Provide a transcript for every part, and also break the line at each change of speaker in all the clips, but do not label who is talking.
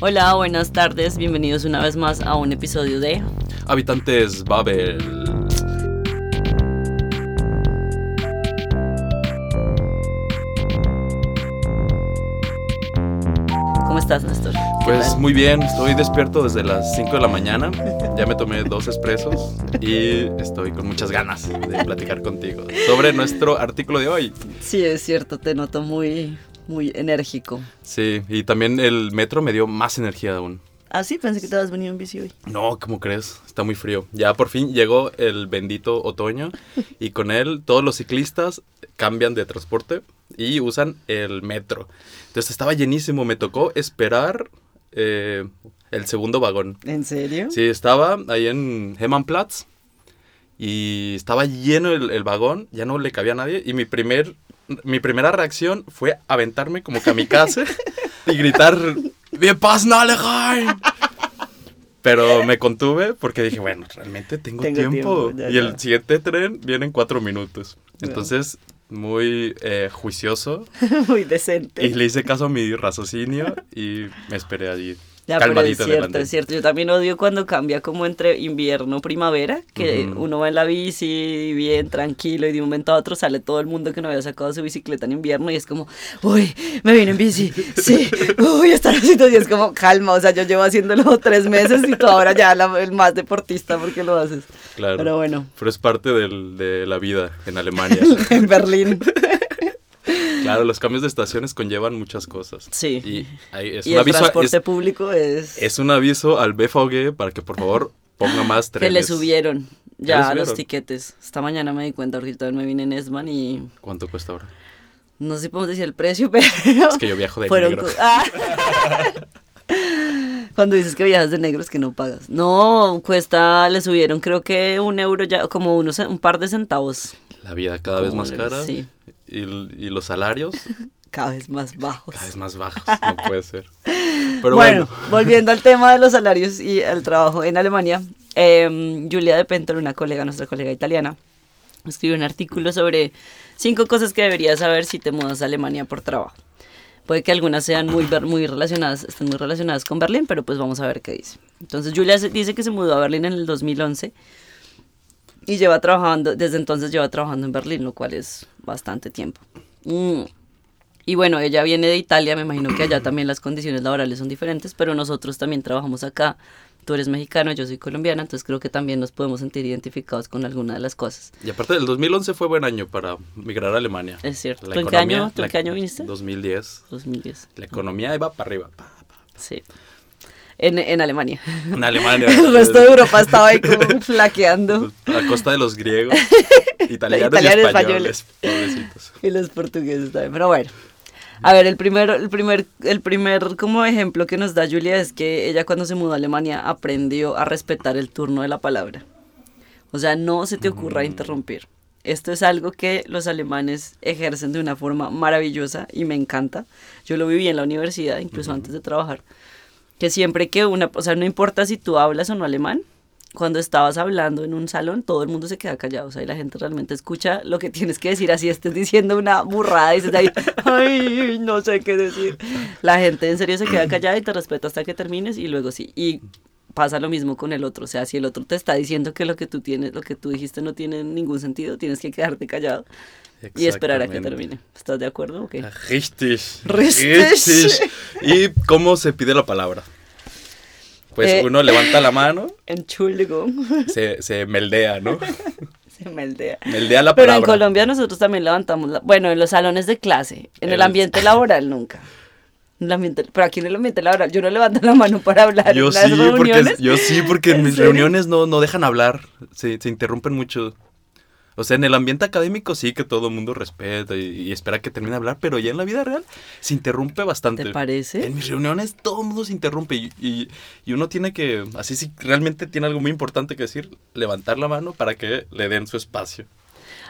Hola, buenas tardes, bienvenidos una vez más a un episodio de
Habitantes Babel.
¿Cómo estás, Néstor? ¿Qué
Pues
tal?
muy bien, estoy despierto desde las 5 de la mañana, ya me tomé dos expresos y estoy con muchas ganas de platicar contigo sobre nuestro artículo de hoy.
Sí, es cierto, te noto muy, muy enérgico.
Sí, y también el metro me dio más energía aún.
Ah, sí, pensé que te habías venido en bici hoy.
No, ¿cómo crees? Está muy frío. Ya por fin llegó el bendito otoño y con él todos los ciclistas cambian de transporte y usan el metro. Entonces estaba llenísimo, me tocó esperar eh, el segundo vagón.
¿En serio?
Sí, estaba ahí en Hermannplatz y estaba lleno el, el vagón, ya no le cabía a nadie y mi, primer, mi primera reacción fue aventarme como kamikaze y gritar ¡Bien pasen, Alejandro! Pero me contuve porque dije, bueno, realmente tengo,
Tengo
tiempo.
tiempo, ya,
y
ya.
el siguiente tren viene en cuatro minutos.
Bueno.
Entonces, muy eh, juicioso.
muy
Y
decente.
le hice caso a mi raciocinio y me esperé allí.
Ya, pero es
calmadito en el
cierto,
andén.
es cierto. Yo también odio cuando cambia como entre invierno, primavera, que
Ujú.
uno va en la bici bien tranquilo y de un momento a otro sale todo el mundo que no había sacado su bicicleta en invierno y es como, uy, me vine en bici, sí, uy, esta la situación es como, calma, o sea, yo llevo haciéndolo tres meses y tú ahora ya la- el más deportista porque lo haces.
Claro.
Pero bueno,
Pero es parte del- de la vida en Alemania.
en Berlín.
claro, los cambios de estaciones conllevan muchas cosas.
Sí.
Y ahí es,
y
un
el
aviso,
transporte
es,
público es...
es un aviso al BFG para que por favor ponga más
que
trenes.
le subieron ya
¿Ya le
los
subieron?
tiquetes. Esta mañana me di cuenta porque yo también me vine en Esman y
¿Cuánto cuesta ahora?
No sé si podemos decir el precio, pero.
Es que yo viajo de negro.
co- Ah. Cuando dices que viajas de negro es que no pagas. No, cuesta, le subieron creo que un euro ya, como unos, un par de centavos
La vida cada vez más
Sí.
cara. Y, y los salarios
cada vez más bajos.
cada vez más bajos. No puede ser. Pero
bueno,
bueno.
volviendo al tema de los salarios y el trabajo en Alemania, em, Julia de Pentor, una colega, nuestra colega italiana, escribió un artículo sobre cinco cosas que deberías saber si te mudas a Alemania por trabajo. Puede que algunas sean muy, ver- muy relacionadas, estén muy relacionadas con Berlín, pero pues vamos a ver qué dice. Entonces Julia se- dice que se mudó a Berlín en el 2011 y lleva trabajando, desde entonces lleva trabajando en Berlín, lo cual es bastante tiempo. Mm. Y bueno, ella viene de Italia, me imagino que allá también las condiciones laborales son diferentes, pero nosotros también trabajamos acá. Tú eres mexicano, yo soy colombiana, entonces creo que también nos podemos sentir identificados con alguna de las cosas.
Y aparte, el 2011 fue buen año para migrar a Alemania.
Es cierto.
La
¿Tú en qué
economía-
año- tú en
la-
qué año viniste?
2010.
2010.
La economía iba para arriba. pa, pa.
Sí. En, en Alemania.
En Alemania.
El resto de Europa estaba ahí como flaqueando.
Pues, A costa de los griegos, italianos,
Italianos y
y españoles. Pobrecitos.
Y los portugueses también, pero bueno. A ver, el primer, el primer, el primer como ejemplo que nos da Julia es que ella cuando se mudó a Alemania aprendió a respetar el turno de la palabra. O sea, no se te ocurra interrumpir. Esto es algo que los alemanes ejercen de una forma maravillosa y me encanta. Yo lo viví en la universidad, incluso antes de trabajar. Que siempre que una, o sea, no importa si tú hablas o no alemán, cuando estabas hablando en un salón, todo el mundo se queda callado. O sea, y la gente realmente escucha lo que tienes que decir. Así estés diciendo una burrada y dices ahí, ay, no sé qué decir. La gente en serio se queda callada y te respeta hasta que termines y luego sí. Y pasa lo mismo con el otro. O sea, si el otro te está diciendo que lo que tú tienes, lo que tú dijiste no tiene ningún sentido, tienes que quedarte callado y esperar a que termine. ¿Estás de acuerdo o qué?
Ah. Richtig.
Richtig.
¿Y cómo se pide la palabra? Pues
Eh.
uno levanta la mano,
Entschuldigung.
se, se meldea, ¿no?
Se meldea.
Meldea la
Pero
palabra.
en Colombia nosotros también levantamos, la- bueno, en los salones de clase, en el,
El-
ambiente laboral nunca. En el ambiente- pero aquí en el ambiente laboral, yo no levanto la mano para hablar
Yo
en las
sí, porque,
reuniones.
yo sí, porque
¿En
en mis
serio?
reuniones no, no dejan hablar, se, se interrumpen mucho. O sea, en el ambiente académico sí que todo el mundo respeta y, y espera que termine de hablar, pero ya en la vida real se interrumpe bastante.
¿Te parece?
En mis reuniones todo el mundo se interrumpe y, y- y uno tiene que, así si realmente tiene algo muy importante que decir, levantar la mano para que le den su espacio.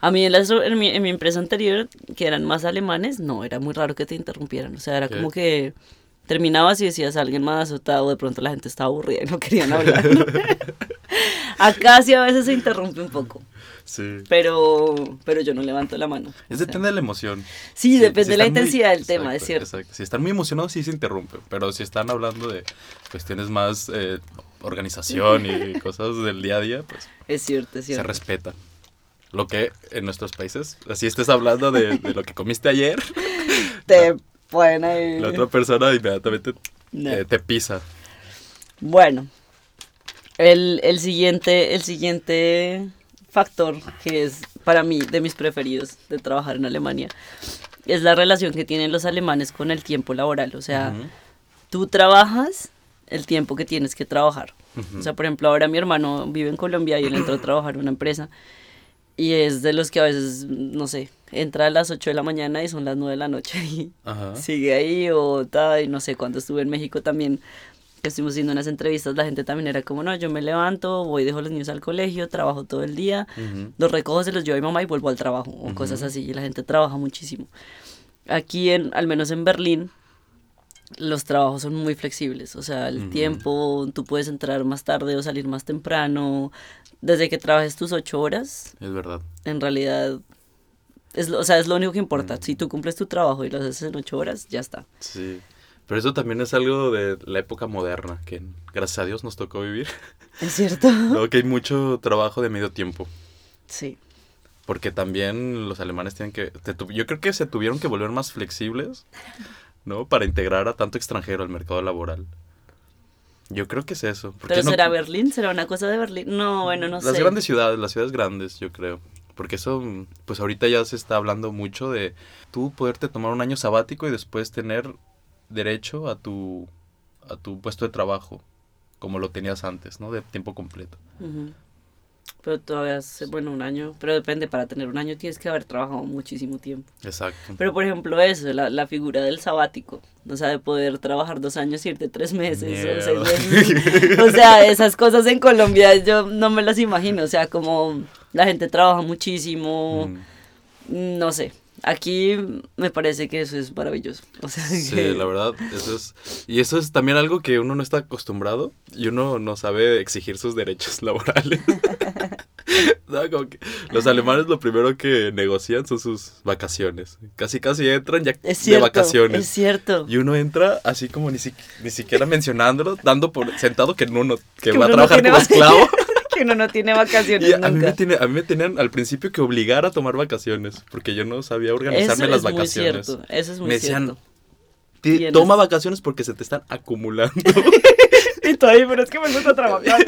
A mí en, las- en mi, en mi empresa anterior, que eran más alemanes, no, era muy raro que te interrumpieran. O sea, era
Ok.
como que terminabas y decías a alguien más o tal, o de pronto la gente estaba aburrida y no querían hablar. Acá sí a veces se interrumpe un poco,
Sí.
pero, pero yo no levanto la mano.
Es
O sea,
depende de la emoción.
Sí, depende de la
están muy-
intensidad del tema, es cierto.
exacto. Si están muy emocionados, sí se interrumpe. Pero si están hablando de cuestiones más eh, organización y cosas del día a día, pues
Es cierto, es
se
cierto.
respeta. Lo que en nuestros países, así estés hablando de, de lo que comiste ayer,
Te pueden ahí.
la otra persona inmediatamente
No.
eh, te pisa.
Bueno, el, el siguiente, el siguiente factor que es para mí de mis preferidos de trabajar en Alemania es la relación que tienen los alemanes con el tiempo laboral. O sea,
Ujú.
tú trabajas el tiempo que tienes que trabajar.
Ujú.
O sea, por ejemplo, ahora mi hermano vive en Colombia y él entró a trabajar en una empresa y es de los que a veces, no sé, entra a las 8 de la mañana y son las 9 de la noche y
Ajá.
sigue ahí o tal, y no sé, cuando estuve en México también, que estuvimos haciendo unas entrevistas, la gente también era como, no, yo me levanto, voy, dejo los niños al colegio, trabajo todo el día,
Ujú.
los recojo, se los llevo a mi mamá y vuelvo al trabajo, o cosas así, y la gente trabaja muchísimo. Aquí, en, al menos en Berlín, los trabajos son muy flexibles, o sea, el
Ujú.
tiempo, tú puedes entrar más tarde o salir más temprano, desde que trabajes tus ocho horas,
Es verdad.
en realidad... Es lo- o sea, es lo único que importa.
Mm.
Si tú cumples tu trabajo y lo haces en ocho horas, ya está.
Sí. Pero eso también es algo de la época moderna, que gracias a Dios nos tocó vivir.
¿Es cierto?
Luego que hay mucho trabajo de medio tiempo.
Sí.
Porque también los alemanes tienen que... te tu- yo creo que se tuvieron que volver más flexibles, ¿no? Para integrar a tanto extranjero al mercado laboral. Yo creo que es eso. porque
¿Pero
no-
será Berlín? ¿Será una cosa de Berlín? No, bueno, no sé.
Las grandes ciudades, las ciudades grandes, yo creo. Porque eso, mm, pues ahorita ya se está hablando mucho de tú poderte tomar un año sabático y después tener derecho a tu, a tu puesto de trabajo, como lo tenías antes, ¿no? De tiempo completo.
Ujú. Pero todavía hace, bueno, un año. Pero depende, para tener un año tienes que haber trabajado muchísimo tiempo.
Exacto.
Pero, por ejemplo, eso, la, la figura del sabático. O sea, de poder trabajar dos años y irte tres meses o seis
Mierda.
meses. O sea, esas cosas en Colombia yo no me las imagino. O sea, como la gente trabaja muchísimo.
Mm,
No sé. Aquí me parece que eso es maravilloso. O sea,
Sí,
que-
la verdad, eso es... Y eso es también algo que uno no está acostumbrado y uno no sabe exigir sus derechos laborales. No, como que
Ah.
los alemanes lo primero que negocian son sus vacaciones. Casi, casi entran ya
Es cierto,
de vacaciones.
Es cierto.
Y uno entra así como ni, si- ni siquiera mencionándolo, dando por sentado que uno no- que,
Que
va a
uno no
trabajar
tiene
como
vac-
esclavo.
que uno no tiene
Y
vacaciones
a mí, me
nunca.
tiene- a mí me tenían al principio que obligar a tomar vacaciones, porque yo no sabía
Eso
organizarme las
es muy
vacaciones.
cierto. Eso es muy
me decían,
cierto.
"Ti-
Tienes-
toma vacaciones porque se te están acumulando.
Y tú ahí, pero es que me gusta trabajar.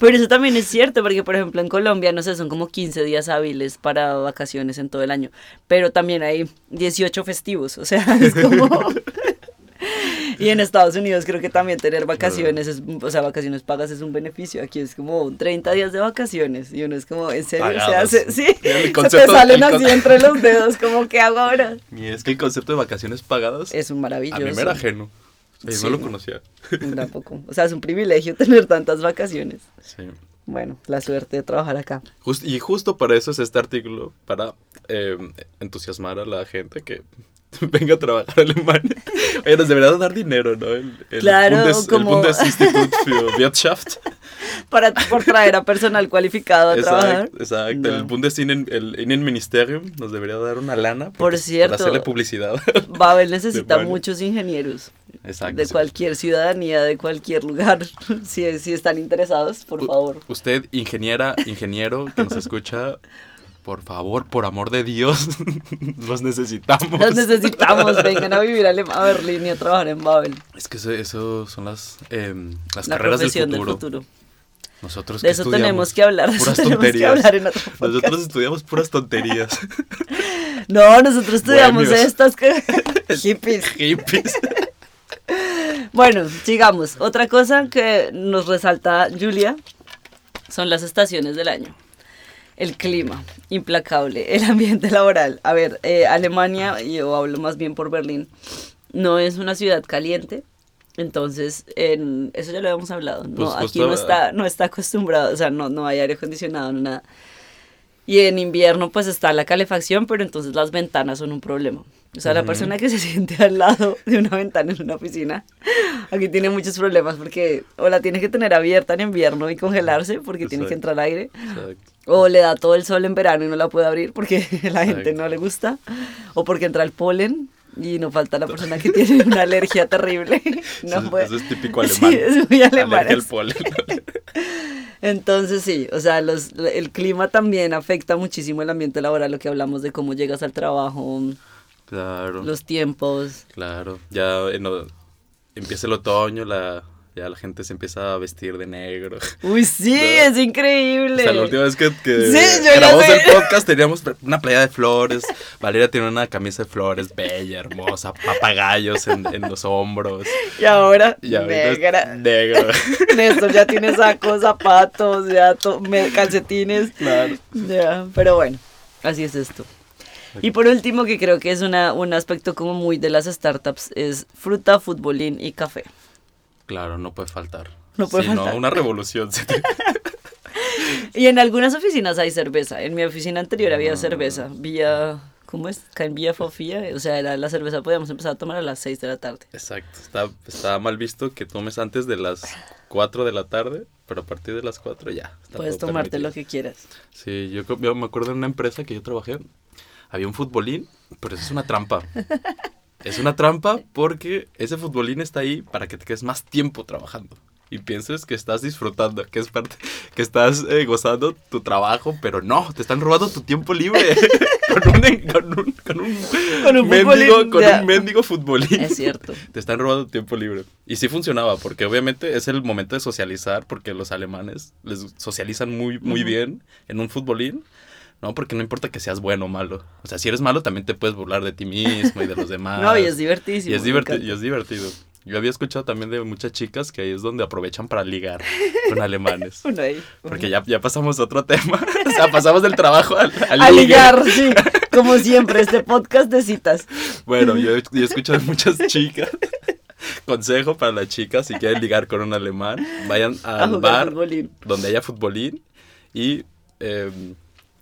Pero eso también es cierto, porque por ejemplo en Colombia, no sé, son como 15 días hábiles para vacaciones en todo el año, pero también hay 18 festivos, o sea, es como... Y en Estados Unidos creo que también tener vacaciones, es, o sea, vacaciones pagas es un beneficio. Aquí es como 30 días de vacaciones y uno es como, ¿en serio? O sea,
Pagadas.
se- sí,
El
se te
concepto-
salen
el
así
con-
entre los dedos, como, ¿qué hago ahora?
y es que el concepto de vacaciones pagadas
Es un
a
maravilloso.
mí me era ajeno. Eh,
Sí,
no lo
¿no?
conocía.
Tampoco. O sea, es un privilegio tener tantas vacaciones.
Sí.
Bueno, la suerte de trabajar acá.
Jus- y justo para eso es este artículo, para eh, entusiasmar a la gente que venga a trabajar a Alemania. Oye, nos deberían dar dinero, ¿no? El, el
Claro,
Bundes-
como-
El Bundesinstitut für Wirtschaft.
Para, por traer a personal cualificado a trabajar.
Exacto, exacto. El
No.
Bundesinnen, el Innenministerium nos debería dar una lana. porque-
cierto.
Para hacerle publicidad.
Babel necesita
Alemania.
muchos ingenieros.
Exacto.
de
sí.
cualquier ciudadanía, de cualquier lugar. si, si están interesados, por
U-
favor.
Usted, ingeniera, ingeniero que nos escucha, por favor, por amor de Dios, los necesitamos.
Los necesitamos. Vengan a vivir a, Alem- a Berlín y a trabajar en Babel.
Es que eso, eso son las, em, las
la
carreras del
profesión
futuro.
del futuro.
Nosotros
De
¿qué
eso
estudiamos?
tenemos que hablar. de eso
Puras
tenemos que
tonterías.
hablar en otro podcast.
Nosotros estudiamos puras tonterías.
No, nosotros estudiamos
Bohemios.
estas que- hippies.
Hippies.
Bueno, sigamos. Otra cosa que nos resalta Julia son las estaciones del año. El clima, implacable, el ambiente laboral. A ver, eh, Alemania, y yo hablo más bien por Berlín, no es una ciudad caliente. Entonces, en- eso ya lo habíamos hablado. No,
Pues
aquí
justo-
no está, no está acostumbrado, o sea, no, no hay aire acondicionado, no nada. Y en invierno pues está la calefacción, pero entonces las ventanas son un problema. O sea, la persona que se siente al lado de una ventana en una oficina, aquí tiene muchos problemas porque o la tiene que tener abierta en invierno y congelarse porque tiene que
Exacto.
entrar aire,
Exacto.
o le da todo el sol en verano y no la puede abrir porque la gente
Exacto.
no le gusta, o porque entra el polen y no falta la persona que tiene una alergia terrible. No
eso, es-
puede.
eso es típico
Sí,
alemán.
es muy alemán,
Alergia al
es-
polen.
Entonces sí, o sea, los, el clima también afecta muchísimo el ambiente laboral, lo que hablamos de cómo llegas al trabajo,
claro.
los tiempos.
Claro. Ya en o- empieza el otoño, la, ya la gente se empieza a vestir de negro.
Uy, sí,
No.
es increíble.
O sea, la última vez que, que
Sí, yo ya
grabamos
sé.
el podcast teníamos una playa de flores. Valeria tiene una camisa de flores bella, hermosa, papagayos en, en los hombros.
Y ahora,
Y ahorita es
negra.
negro.
Néstor ya tiene sacos, zapatos, ya to- me- calcetines.
Claro.
Ya, pero bueno, así es esto. Y por último, que creo que es una, un aspecto como muy de las startups, es fruta, futbolín y café.
Claro, no puede faltar.
No puede
Si
faltar.
No, una revolución. se te-
Y en algunas oficinas hay cerveza. En mi oficina anterior
Ah.
había cerveza. Vía, ¿cómo es? Ca- en Vía Fofía. O sea, era la cerveza podíamos empezar a tomar a las 6 de la tarde.
Exacto. Está, está mal visto que tomes antes de las 4 de la tarde, pero a partir de las 4 ya. está
Puedes
todo
tomarte
permitido.
lo que quieras.
Sí, yo, co- yo me acuerdo en una empresa que yo trabajé, había un futbolín, pero eso es una trampa. Es una trampa porque ese futbolín está ahí para que te quedes más tiempo trabajando y pienses que estás disfrutando, que es parte, que estás eh, gozando tu trabajo, pero no, te están robando tu tiempo libre con un, en- con un, con un
Con un
mendigo,
futbolín,
con
ya.
un mendigo futbolín.
Es cierto.
Te están robando tiempo libre. Y sí funcionaba, porque obviamente es el momento de socializar, porque los alemanes les socializan muy, muy
Ujú.
bien en un futbolín, ¿no? Porque no importa que seas bueno o malo. O sea, si eres malo también te puedes burlar de ti mismo y de los demás.
No, y es divertísimo.
Ah, Y es,
me
diverti-
encanta.
y es divertido. Yo había escuchado también de muchas chicas que ahí es donde aprovechan para ligar con alemanes.
Bueno, ahí.
Porque ya, ya pasamos a otro tema. O sea, pasamos del trabajo al, al
A
ligue.
ligar, sí. Como siempre, este podcast de citas.
Bueno, yo, yo he escuchado de muchas chicas. Consejo para las chicas, si quieren ligar con un alemán, vayan
A
al
jugar
bar
futbolín.
donde haya futbolín y eh,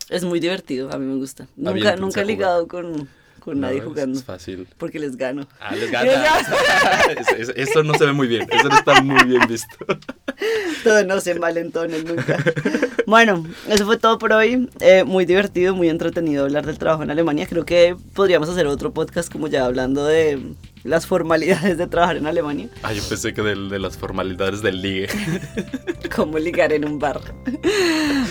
Es muy divertido, a mí me gusta. Nunca,
Aviéntense
nunca he
a jugar.
ligado con, con nadie
no, es-
jugando.
Es fácil.
Porque les gano.
Ah, les
Ya,
ganas. Es- es- Eso no se ve muy bien. Eso no está muy bien visto.
Todo no se malentonen nunca. Bueno, eso fue todo por hoy. Eh, muy divertido, muy entretenido hablar del trabajo en Alemania. Creo que podríamos hacer otro podcast como ya hablando de las formalidades de trabajar en Alemania,
Ah, yo pensé que del- de, las formalidades del ligue.
como ligar en un bar.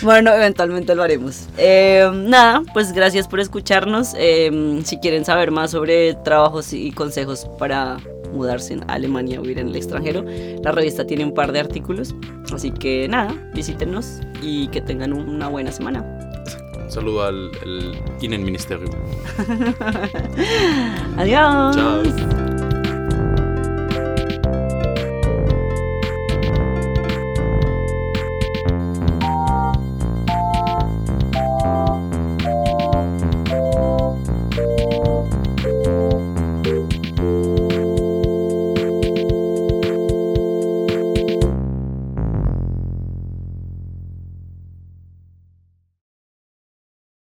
Bueno, eventualmente lo haremos. Eh, nada, pues gracias por escucharnos. Eh, si quieren saber más sobre trabajos y consejos para mudarse en Alemania o vivir en el extranjero, la revista tiene un par de artículos. Así que nada, visítenos y que tengan una buena semana.
Un saludo al el Innenministerium.
Adiós.
Chao.